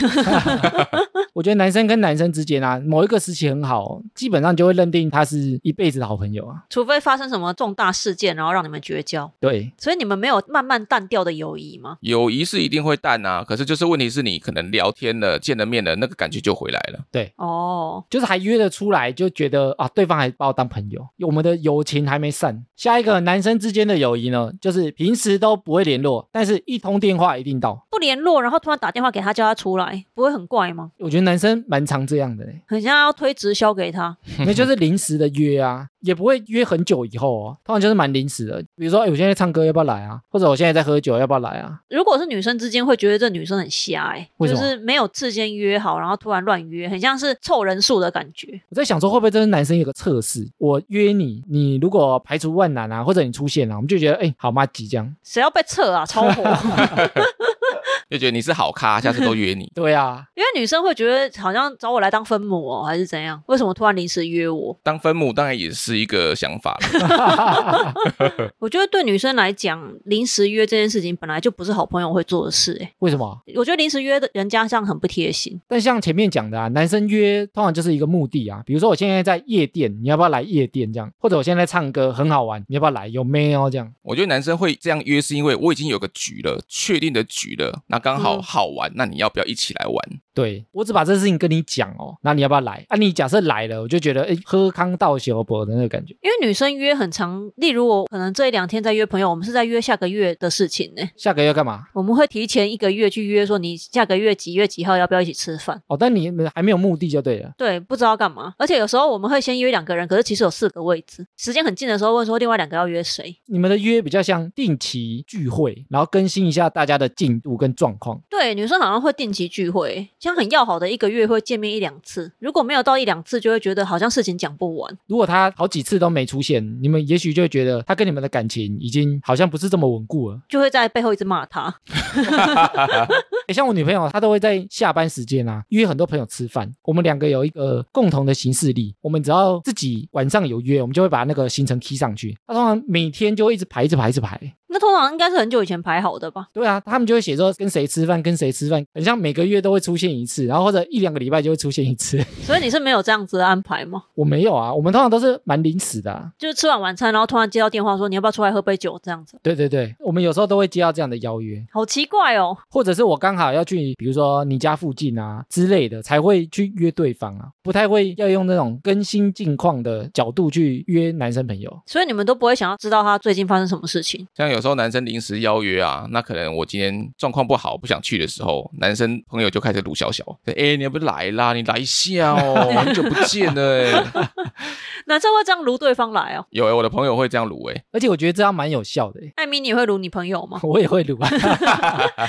我觉得男生跟男生之间啊，某一个时期很好，基本上就会认定他是一辈子的好朋友啊。
除非发生什么重大事件，然后让你们绝交。
对，
所以你们没有慢慢淡掉的友谊吗？
友谊是一定会淡啊，可是就是问题是你可能聊天了、见了面了，那个感觉就回来了。
哦，
就是还约得出来，就觉得啊，对方还把我当朋友，我们的友情还没散。下一个男生之间的友谊呢，就是平时都不会联络，但是一通电话一定到。
不联络，然后突然打电话给他，叫他出来，不会很怪吗？
我觉得男生蛮常这样的、欸，
很像要推直销给他。
那就是临时的约啊，也不会约很久以后哦，通常就是蛮临时的。比如说，哎，我现在唱歌要不要来啊？或者我现在在喝酒要不要来啊？
如果是女生之间，会觉得这女生很瞎哎、
为什
就
么
是没有事先约好，然后突然乱约，很像是凑人数的感觉。
我在想说，会不会这是男生有个测试？我约你，你如果排除万难啊，或者你出现啊，我们就觉得哎、好嘛，即将。。
谁要被测啊？超火！
就觉得你是好咖，下次都约 你
对啊，
因为女生会觉得好像找我来当分母哦，还是怎样？为什么突然临时约我？
当分母当然也是一个想法了，
我觉得对女生来讲，临时约这件事情本来就不是好朋友会做的事哎、
为什么？
我觉得临时约的人家这样很不贴心。
但像前面讲的啊，男生约通常就是一个目的啊，比如说我现在在夜店，你要不要来夜店这样？或者我现在在唱歌很好玩，你要不要来？有没有这样？
我觉得男生会这样约是因为我已经有个局了，确定的局了，那刚好
嗯
好玩，那你要不要一起来玩？
对我只把这事情跟你讲哦，那你要不要来啊？你假设来了，我就觉得哎，喝康到小博的那个感觉。
因为女生约很长，例如我可能这一两天在约朋友，我们是在约下个月的事情呢、
下个月要干嘛？
我们会提前一个月去约，说你下个月几月几号要不要一起吃饭？
哦，但你们还没有目的就对了。
对，不知道干嘛。而且有时候我们会先约两个人，可是其实有四个位置，时间很近的时候问说另外两个要约谁。
你们的约比较像定期聚会，然后更新一下大家的进度跟状况。
对，女生好像会定期聚会，像很要好的一个月会见面一两次，如果没有到一两次，就会觉得好像事情讲不完。
如果他好几次都没出现，你们也许就会觉得他跟你们的感情已经好像不是这么稳固了。
就会在背后一直骂他。
诶哎像我女朋友，她都会在下班时间啊约很多朋友吃饭。我们两个有一个共同的行事历，我们只要自己晚上有约，我们就会把那个行程 key 上去。她通常每天就会一直排，一直排，一直排。
那通常应该是很久以前排好的吧？
对啊，他们就会写说跟谁吃饭，跟谁吃饭，很像每个月都会出现一次，然后或者一两个礼拜就会出现一次。
所以你是没有这样子的安排吗？
我没有啊，我们通常都是蛮临时的、啊。
就是吃完晚餐，然后突然接到电话说你要不要出来喝杯酒这样子，
对对对，我们有时候都会接到这样的邀约，
好奇怪哦。
或者是我刚好要去，比如说你家附近啊之类的，才会去约对方啊，不太会要用那种更新近况的角度去约男生朋友。
所以你们都不会想要知道他最近发生什么事情。
像有时候男生临时邀约啊，那可能我今天状况不好不想去的时候，男生朋友就开始鲁小小，哎、你要不来啦？你来一下哦，很久不见了、欸。
男生会这样撸对方来哦？
有、欸、我的朋友会这样鲁哎、
而且我觉得这样蛮有效的欸， ？
艾米，你会撸你朋友吗
我也会录啊，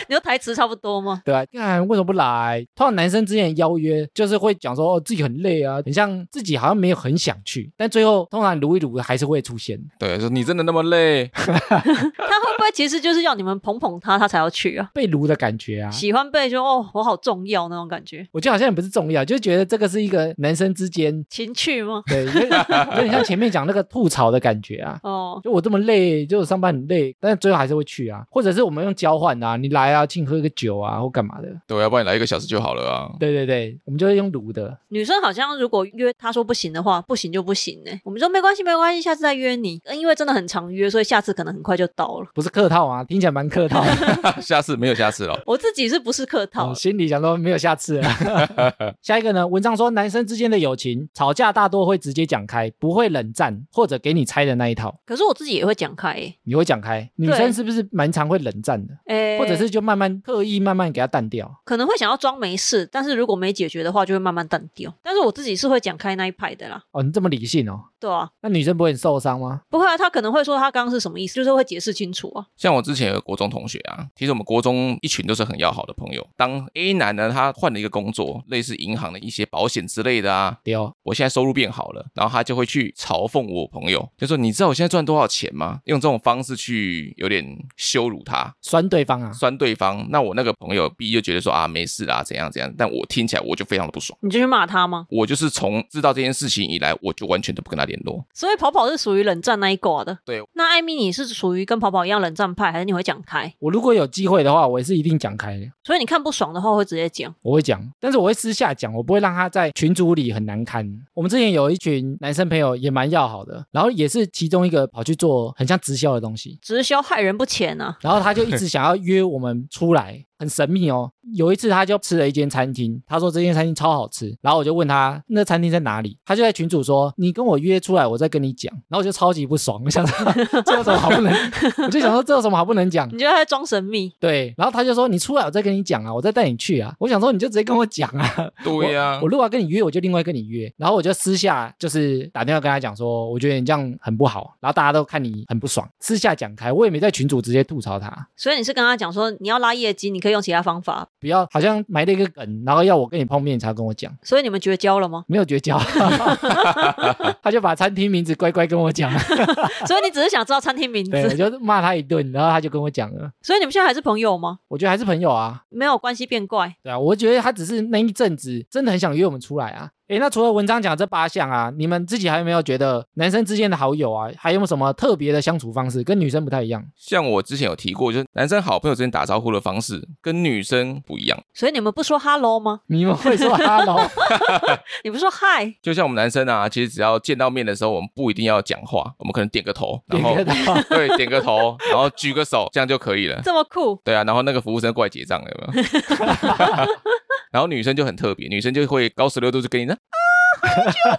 你的台词差不多吗？
对吧、啊？看为什么不来？通常男生之间的邀约就是会讲说、哦、自己很累啊，很像自己好像没有很想去，但最后通常撸一撸还是会出现。
对，说你真的那么累？
他会不会其实就是要你们捧捧他，他才要去啊？
被撸的感觉啊，
喜欢被说哦，我好重要那种感觉，
我觉得好像也不是重要，就觉得这个是一个男生之间
情趣吗？
对，有点有点像前面讲那个吐槽的感觉啊。
哦，
就我这么累，就我上班很累，但是最后还是会去啊，或者是我们用交换啊，你来啊，请喝个酒啊，或干嘛的。
对，要不然你来一个小时就好了啊。
对对对，我们就是用卤的，
女生好像如果约他说不行的话，不行就不行呢、欸我们说没关系，没关系，下次再约你。呃因为真的很常约，所以下次可能很快就到了。
不是客套啊，听起来蛮客套的。
下次没有下次了。
我自己是不是客套
我？心里想说没有下次了。 下一个呢？文章说男生之间的友情吵架大多会直接讲开，不会冷战或者给你猜的那一套。
可是我自己也会讲开、欸，
你会讲开，女
对
生是不是蛮常会冷战的？
诶、
或者是就慢慢刻意慢慢给它淡掉？
可能会想要装没事，但是如果没解决的话，就会慢慢淡掉。但是我自己是会讲开那一派的啦，
哦，你这么理性哦，
对啊，
那女生不会很受伤吗？
不会啊，他可能会说他刚刚是什么意思，就是会解释清楚啊。
像我之前有个国中同学啊，其实我们国中一群都是很要好的朋友。当 A 男呢，他换了一个工作，类似银行的一些保险之类的啊，
对哦，
我现在收入变好了，然后他他就会去嘲讽我朋友，就说你知道我现在赚多少钱吗？用这种方式去有点羞辱他。
酸对方啊，
酸对方，那我那个朋友 B 就觉得说啊没事啦，怎样怎样，但我听起来我就非常的不爽。
你就去骂他吗？
我就是从知道这件事情以来，我就完全都不跟他联络。
所以跑跑是属于冷战那一挂的。
对，
那艾米你是属于跟跑跑一样冷战派，还是你会讲开？
我如果有机会的话，我也是一定讲开的，
所以你看不爽的话会直接讲。
我会讲，但是我会私下讲，我不会让他在群组里很难堪。我们之前有一群男生朋友也蛮要好的，然后也是其中一个跑去做很像直销的东西，
直销害人不浅啊！
然后他就一直想要约我们出来， 很神秘哦。有一次他就吃了一间餐厅，他说这间餐厅超好吃，然后我就问他那餐厅在哪里，他就在群主说你跟我约出来，我再跟你讲。然后我就超级不爽，我想说 这有什么好不能，我就想说这有什么好不能讲
你。觉得他在装神秘？
对，然后他就说你出来，我再跟你讲啊，我再带你去啊。我想说你就直接跟我讲啊，
对呀、
我如果要跟你约，我就另外跟你约。然后我就私下就是打电话跟他讲说，我觉得你这样很不好，然后大家都看你很不爽，私下讲开，我也没在群主直接吐槽他。
所以你是跟他讲说你要拉业绩，你可以用其他方法。
不要好像埋了一个梗，然后要我跟你碰面你才要跟我讲，？
所以你们绝交了吗
没有绝交，他就把餐厅名字乖乖跟我讲，
所以你只是想知道餐厅名
对，我
字。
就骂他一顿，然后他就跟我讲了，
所以你们现在还是朋友吗？
我觉得还是朋友啊，
没有关系变怪。
对啊，我觉得他只是那一阵子真的很想约我们出来啊。诶，那除了文章讲这八项啊，你们自己还有没有觉得男生之间的好友啊，还有没有什么特别的相处方式跟女生不太一样？
像我之前有提过，就是男生好朋友之间打招呼的方式跟女生不一样。
所以你们不说 hello 吗？
你们会说 hello，
你不说 hi？
就像我们男生啊，其实只要见到面的时候，我们不一定要讲话，我们可能点个头， 然
点
后
个头，
对点个头，然后举个手，这样就可以了。
这么酷？
对啊，然后那个服务生过来结账，有 没有？然后女生就很特别，女生就会高十六度就跟你说，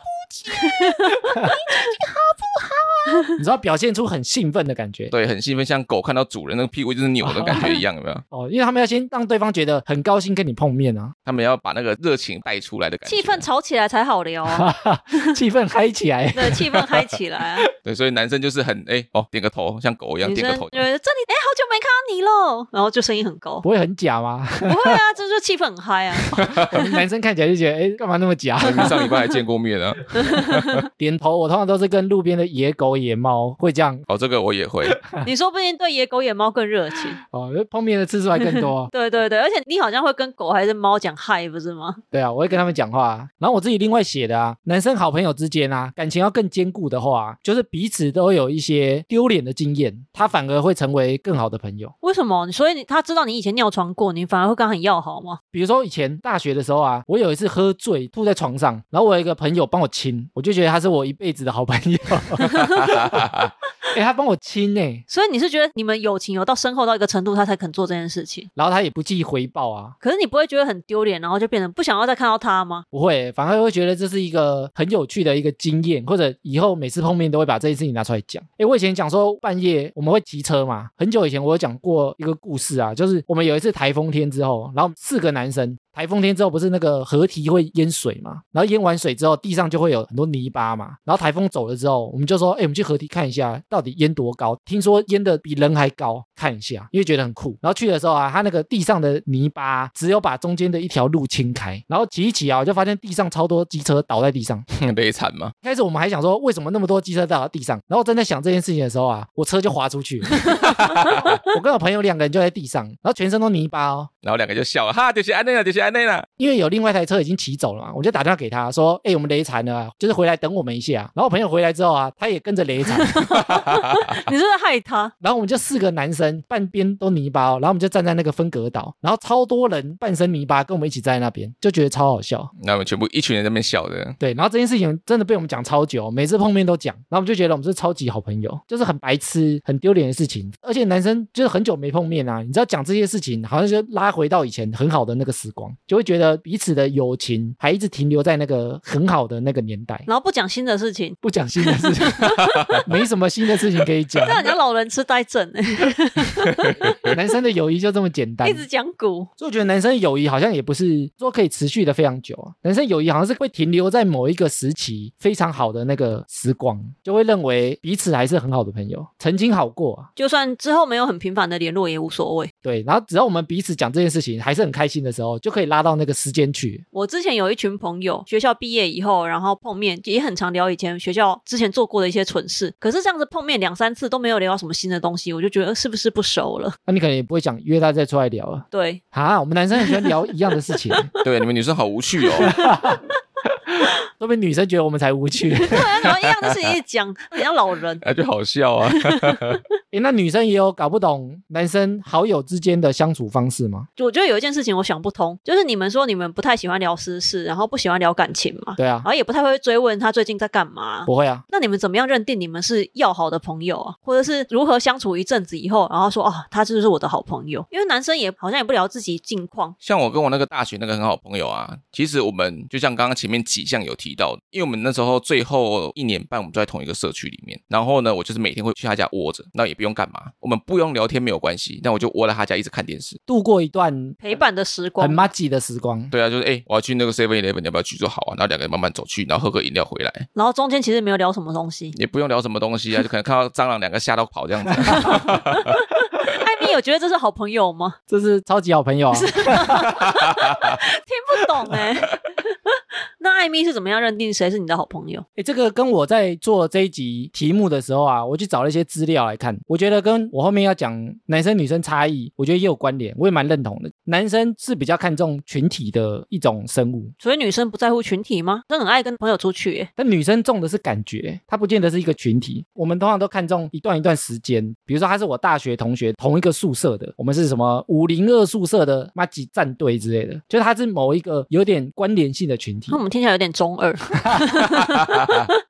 你知道表现出很兴奋的感觉，
对，很兴奋，像狗看到主人那个屁股就是扭的感觉一样，有没有？
哦，因为他们要先让对方觉得很高兴跟你碰面啊。
他们要把那个热情带出来的感觉。
气氛吵起来才好聊啊！
气氛嗨起来。
对，气氛嗨起来啊！
对，所以男生就是很哎哦，点个头，像狗一样
女
点
生
个
就
头
会，这里哎，好久没看到你喽，然后就声音很高。
不会很假吗？
不会啊，这就气氛很嗨啊！
男生看起来就觉得，哎、干嘛那么假？
明明啊上礼拜还见过面啊。
点头，我通常都是跟路边的野狗、野猫会这样
哦，这个我也会。
你说不定对野狗野猫更热情。。
哦，碰面的次数还更多
对对对，而且你好像会跟狗还是猫讲嗨，不是吗？
对啊，我会跟他们讲话、啊。然后我自己另外写的啊，男生好朋友之间啊，感情要更坚固的话、啊就是彼此都有一些丢脸的经验，他反而会成为更好的朋友。
为什么？所以你他知道你以前尿床过，你反而会跟他很要好吗？
比如说以前大学的时候啊，我有一次喝醉吐在床上，然后我有一个朋友帮我亲，我就觉得他是我一辈子的好朋友。 哎、他帮我亲哎、
所以你是觉得你们友情有到深厚到一个程度，他才肯做这件事情？
然后他也不计回报啊，
可是你不会觉得很丢脸，然后就变成不想要再看到他吗？
不会，反而会觉得这是一个很有趣的一个经验，或者以后每次碰面都会把这件事情拿出来讲。诶，我以前讲说半夜我们会骑车嘛，很久以前我有讲过一个故事啊，就是我们有一次台风天之后，然后四个男生。台风天之后不是那个河堤会淹水嘛，然后淹完水之后地上就会有很多泥巴嘛，然后台风走了之后，我们就说，哎，我们去河堤看一下到底淹多高，听说淹的比人还高，看一下，因为觉得很酷。然后去的时候啊，它那个地上的泥巴啊只有把中间的一条路清开，然后骑一骑啊，我就发现地上超多机车倒在地上，
悲惨吗？
一开始我们还想说，为什么那么多机车倒到地上？然后正在想这件事情的时候啊，我车就滑出去了。 我跟我朋友两个人就在地上，然后全身都泥巴哦。
然后两个就笑了，哈，就是安内了，就是安内了。
因为有另外一台车已经骑走了嘛，我就打电话给他说：“哎、我们雷残了啊，就是回来等我们一下啊。”然后我朋友回来之后啊，他也跟着雷残，
你是不是害他？
然后我们就四个男生半边都泥巴、哦，然后我们就站在那个分隔岛，然后超多人半身泥巴跟我们一起站在那边，就觉得超好笑。
那我们全部一群人在那边笑的，
对，然后这件事情真的被我们讲超久，每次碰面都讲，然后我们就觉得我们是超级好朋友，就是很白痴、很丢脸的事情。而且男生就是很久没碰面啊，你知道讲这些事情，好像就拉回到以前很好的那个时光，就会觉得彼此的友情还一直停留在那个很好的那个年 代。
然后不讲新的事情，
不讲新的事情，没什么新的事情可以讲
这。样人家老人痴呆症哎、
男生的友谊就这么简单
一。直讲股，
所以我觉得男生的友谊好像也不是说可以持续的非常久啊，男生友谊好像是会停留在某一个时期非常好的那个时光，就会认为彼此还是很好的朋友，曾经好过啊。
就算之后没有很频繁的联络也无所谓。
对，然后只要我们彼此讲这件事情还是很开心的时候，就可以拉到那个时间去。
我之前有一群朋友，学校毕业以后，然后碰面也很常聊以前学校之前做过的一些蠢事。可是这样子碰面两三次都没有聊到什么新的东西，我就觉得呃是不是不熟了？
那、你可能也不会想约他再出来聊啊。
对，
啊，我们男生很喜欢聊一样的事情，
对，你们女生好无趣哦。
说明女生觉得我们才无趣。
对啊，然后一样的事情一直讲，很像老人。
啊，就好笑啊！
诶，那女生也有搞不懂男生好友之间的相处方式吗？
就我觉得有一件事情我想不通，就是你们说你们不太喜欢聊私事，然后不喜欢聊感情嘛，
对啊
然，后也不太会追问他最近在干嘛。
不会啊，
那你们怎么样认定你们是要好的朋友啊，或者是如何相处一阵子以后，然后说哦，他就是我的好朋友？因为男生也好像也不聊自己近况，
像我跟我那个大学那个很好朋友啊，其实我们就像刚刚前面几项有提到的，因为我们那时候最后一年半我们都在同一个社区里面，然后呢，我就是每天会去他家窝着，那也不用干嘛，我们不用聊天没有关系，那我就窝在他家一直看电视。
度过一段
陪伴的时光
很 m a g i 的时光。
对啊，就是哎、诶我要去那个 Seven Eleven，你要不要去？说好啊，然后两个人慢慢走去，然后喝个饮料回来，。
然后中间其实没有聊什么东西
也不用聊什么东西啊，就可能看到蟑螂两个吓到跑这样子。
艾米有觉得这是好朋友吗？
这是超级好朋友啊！
听不懂哎、 那艾米是怎么样认定谁是你的好朋友？
诶，这个跟我在做这一集题目的时候啊，我去找了一些资料来看，我觉得跟我后面要讲男生女生差异，我觉得也有关联，我也蛮认同的。男生是比较看重群体的一种生物，
所以女生不在乎群体吗？真的很爱跟朋友出去、欸，
但女生重的是感觉，她不见得是一个群体。我们通常都看重一段一段时间，比如说她是我大学同学，同一个宿舍的，我们是什么五零二宿舍的妈吉战队之类的，就是她是某一个有点关联性的群体
那我。们听起来有点中二。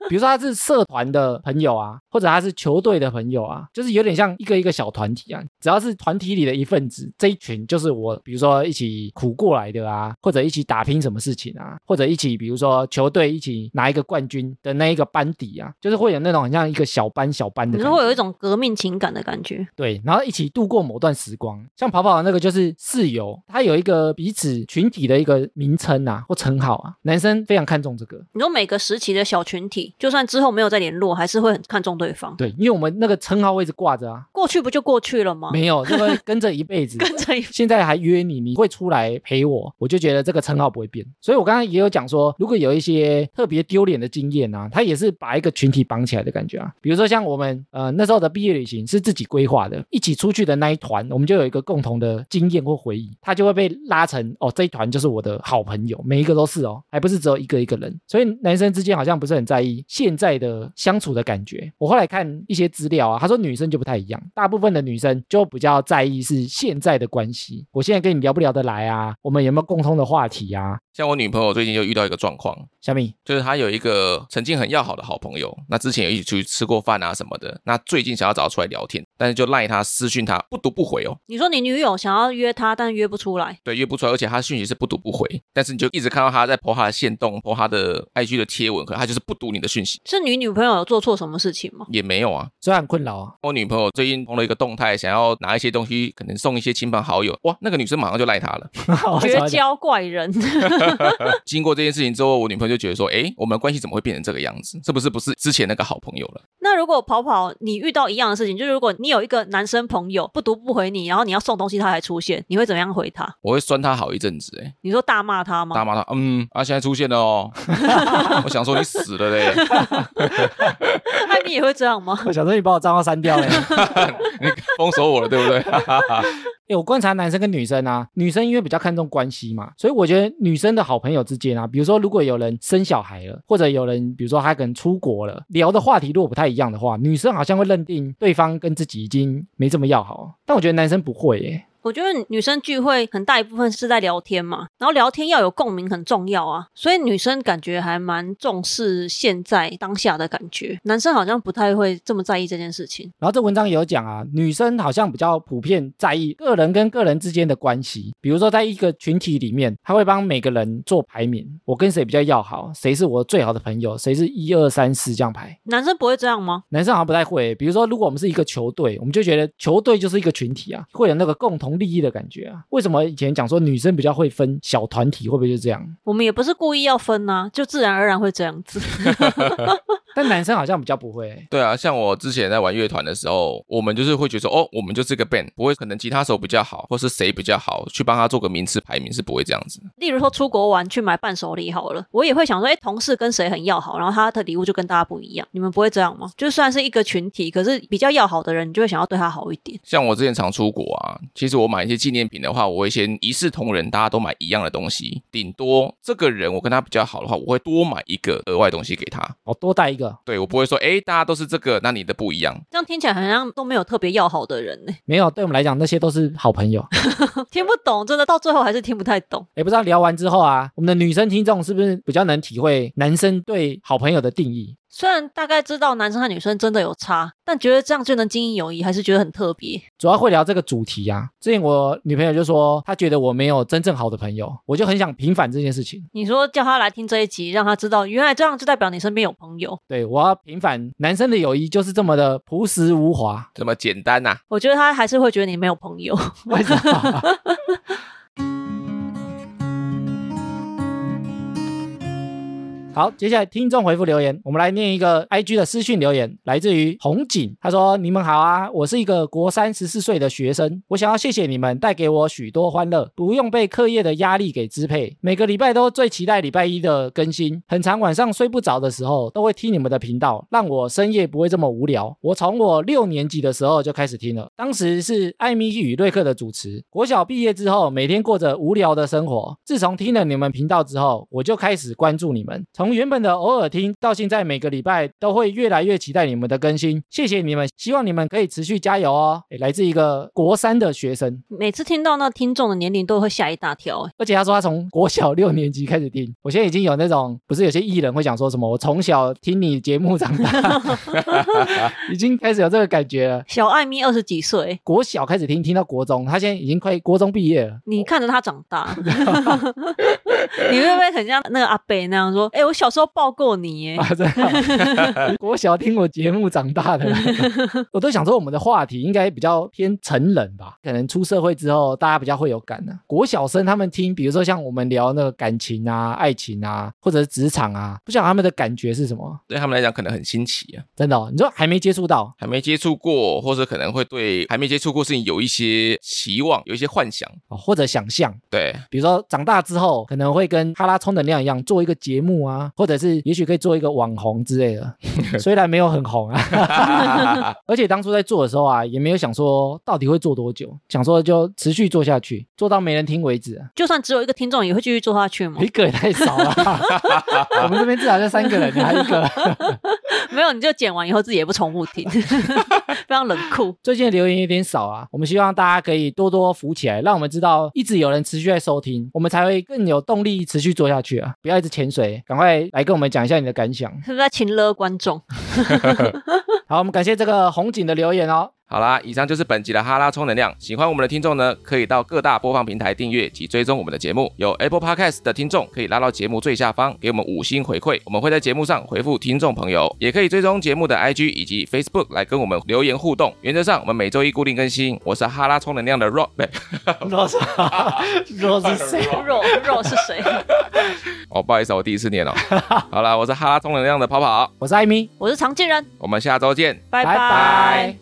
比如说她是社团的朋友啊，或者她是球队的朋友啊，就是有点像一个一个小团体啊。只要是团体里的一份子，这一群就是我，比如说一起苦过来的啊，或者一起打拼什么事情啊，或者一起比如说球队一起拿一个冠军的那一个班底啊，就是会有那种很像一个小班小班的
你
感
说会有一
觉，
种革命情感的感觉，
对，然后一起度过某段时光。像跑跑的那个就是室友，他有一个彼此群体的一个名称啊或称号啊，男生非常看重这个。
你说每个时期的小群体，就算之后没有再联络，还是会很看重对方。
对，因为我们那个称号位置挂着啊，
过去不就过去了吗？
没有，这个跟着一辈子，
跟着一
现在还约你，你会出来陪我，我就觉得这个称号不会变。所以我刚刚也有讲说，如果有一些特别丢脸的经验啊，它也是把一个群体绑起来的感觉啊。比如说像我们呃那时候的毕业旅行是自己规划的，一起出去的那一团，我们就有一个共同的经验或回忆，它就会被拉成哦这一团就是我的好朋友，每一个都是哦，还不是只有一个一个人。所以男生之间好像不是很在意现在的相处的感觉。我后来看一些资料啊，他说女生就不太一样，大部分的女生就比较在意是现在的关系，我现在跟你聊不聊得来啊，我们有没有共通的话题啊？
像我女朋友最近就遇到一个状况，
小米，
就是她有一个曾经很要好的好朋友，那之前有一起出去吃过饭啊什么的，那最近想要找她出来聊天，但是就赖她私讯她不读不回哦，
你说你女友想要约他，但约不出来，
对，约不出来，而且她讯息是不读不回，但是你就一直看到她在 po 她的线动，po 她的 IG 的贴文，可她就是不读你的讯息，
是你女朋友有做错什么事情吗？
也没有啊。
虽然很困扰啊，
我女朋友最近碰了一个动态，想要拿一些东西，可能送一些亲朋好友，哇，那个女生马上就赖她了。
哦 我想
绝
要讲
交怪人，
经过这件事情之后，我女朋友就觉得说，诶，我们关系怎么会变成这个样子？是不是不是之前那个好朋友了？
那如果跑跑，你遇到一样的事情，就是如果你有一个男生朋友不读不回你，然后你要送东西他才出现，你会怎么样回他？
我会酸她好一阵子、诶。
你说大骂他吗？
大骂他，嗯，啊，现在出现了哦，我想说你死了嘞，
艾米也会这样吗？
我想说你把我账号删 掉了。欸
你封锁我了，对不 对？
欸，我观察男生跟女生啊，女生因为比较看重关系嘛，所以我觉得女生的好朋友之间啊，比如说如果有人生小孩了，或者有人比如说他可能出国了，聊的话题如果不太一样的话，女生好像会认定对方跟自己已经没这么要好，但我觉得男生不会耶、
我觉得女生聚会很大一部分是在聊天嘛，然后聊天要有共鸣很重要啊，所以女生感觉还蛮重视现在当下的感觉，男生好像不太会这么在意这件事情。
然后这文章也有讲啊，女生好像比较普遍在意个人跟个人之间的关系，比如说在一个群体里面，她会帮每个人做排名，我跟谁比较要好，谁是我最好的朋友，谁是一二三四这样排。
男生不会这样吗？
男生好像不太会，比如说，如果我们是一个球队，我们就觉得球队就是一个群体啊，会有那个共同利益的感觉啊。为什么以前讲说女生比较会分小团体，会不会就这样？
我们也不是故意要分呐、就自然而然会这样子。
但男生好像比较不会欸、
对啊，像我之前在玩乐团的时候，我们就是会觉得说，哦，我们就是个 band，不会可能吉他手比较好，或是谁比较好，去帮他做个名次排名是不会这样子。
例如说出国玩去买伴手礼好了，我也会想说，哎，同事跟谁很要好，然后他的礼物就跟大家不一样。你们不会这样吗？就算是一个群体，可是比较要好的人，你就会想要对他好一点。
像我之前常出国啊，其实我买一些纪念品的话，我会先一视同仁，大家都买一样的东西，顶多这个人我跟他比较好的话，我会多买一个额外东西给他。
哦，多带一个
对我不会说，哎，大家都是这个，那你的不一样。
这样听起来好像都没有特别要好的人呢、
没有？对我们来讲，那些都是好朋友。
听不懂，真的到最后还是听不太懂。
也不知道聊完之后啊，我们的女生听众是不是比较能体会男生对好朋友的定义？
虽然大概知道男生和女生真的有差，但觉得这样就能经营友谊，还是觉得很特别。
主要会聊这个主题啊。之前我女朋友就说，她觉得我没有真正好的朋友，我就很想平反这件事情。
你说叫他来听这一集，让他知道原来这样就代表你身边有朋友。
对我要平反，男生的友谊就是这么的朴实无华。
这么简单呐、啊
我觉得他还是会觉得你没有朋友。
为什么？好，接下来听众回复留言，我们来念一个 IG 的私讯留言，来自于红景，他说：“你们好啊，我是一个国三十四岁的学生，我想要谢谢你们带给我许多欢乐，不用被课业的压力给支配，每个礼拜都最期待礼拜一的更新，很长晚上睡不着的时候都会听你们的频道，让我深夜不会这么无聊。我从我六年级的时候就开始听了，当时是艾米与瑞克的主持。国小毕业之后，每天过着无聊的生活。自从听了你们频道之后，我就开始关注你们，从原本的偶尔听到现在，每个礼拜都会越来越期待你们的更新。谢谢你们，希望你们可以持续加油哦。诶来自一个国三的学生，
每次听到那听众的年龄，都会吓一大跳、欸。
而且他说他从国小六年级开始听，我现在已经有那种不是有些艺人会讲说什么，我从小听你节目长大，已经开始有这个感觉了。
小艾米二十几岁，
国小开始听，听到国中，他现在已经快国中毕业了。
你看着他长大， 你会不会很像那个阿北那样说？哎、我小时候抱过你耶。
啊，这样，国小听我节目长大的，我都想说我们的话题应该比较偏成人吧，可能出社会之后大家比较会有感呢、国小生他们听，比如说像我们聊那个感情啊、爱情啊，或者是职场啊，不晓得他们的感觉是什么，
对他们来讲可能很新奇啊，
真的、哦，你说还没接触到，
还没接触过，或者可能会对还没接触过事情有一些期望，有一些幻想。
哦、或者想象，
对，
比如说长大之后可能会跟哈拉充能量一样做一个节目啊，或者是也许可以做一个网红之类的，虽然没有很红啊，而且当初在做的时候啊，也没有想说到底会做多久，想说就持续做下去，做到没人听为 止啊。
就算只有一个听众，也会继续做下去吗
一？个也太少了，我们这边至少就三个人，你还一个。
没有，你就剪完以后自己也不重复听， 非常冷酷。
最近的留言有点少啊，我们希望大家可以多多扶起来，让我们知道一直有人持续在收听，我们才会更有动力持续做下去啊！不要一直潜水，赶快来跟我们讲一下你的感想。
是不是在勤勒观众？
好，我们感谢这个红警的留言哦。
好啦，以上就是本集的哈拉充能量。喜欢我们的听众呢，可以到各大播放平台订阅及追踪我们的节目。有 Apple Podcast 的听众可以拉到节目最下方给我们五星回馈，我们会在节目上回复听众朋友。也可以追踪节目的 IG 以及 Facebook 来跟我们留言互动。原则上我们每周一固定更新。我是哈拉充能量的 哎 Rob，不
罗是 罗是谁？
肉肉是谁？
哦，不好意思，我第一次念哦。好啦，我是哈拉充能量的跑跑，
我是艾米，
我是常进人，
我们下周见。
拜
拜拜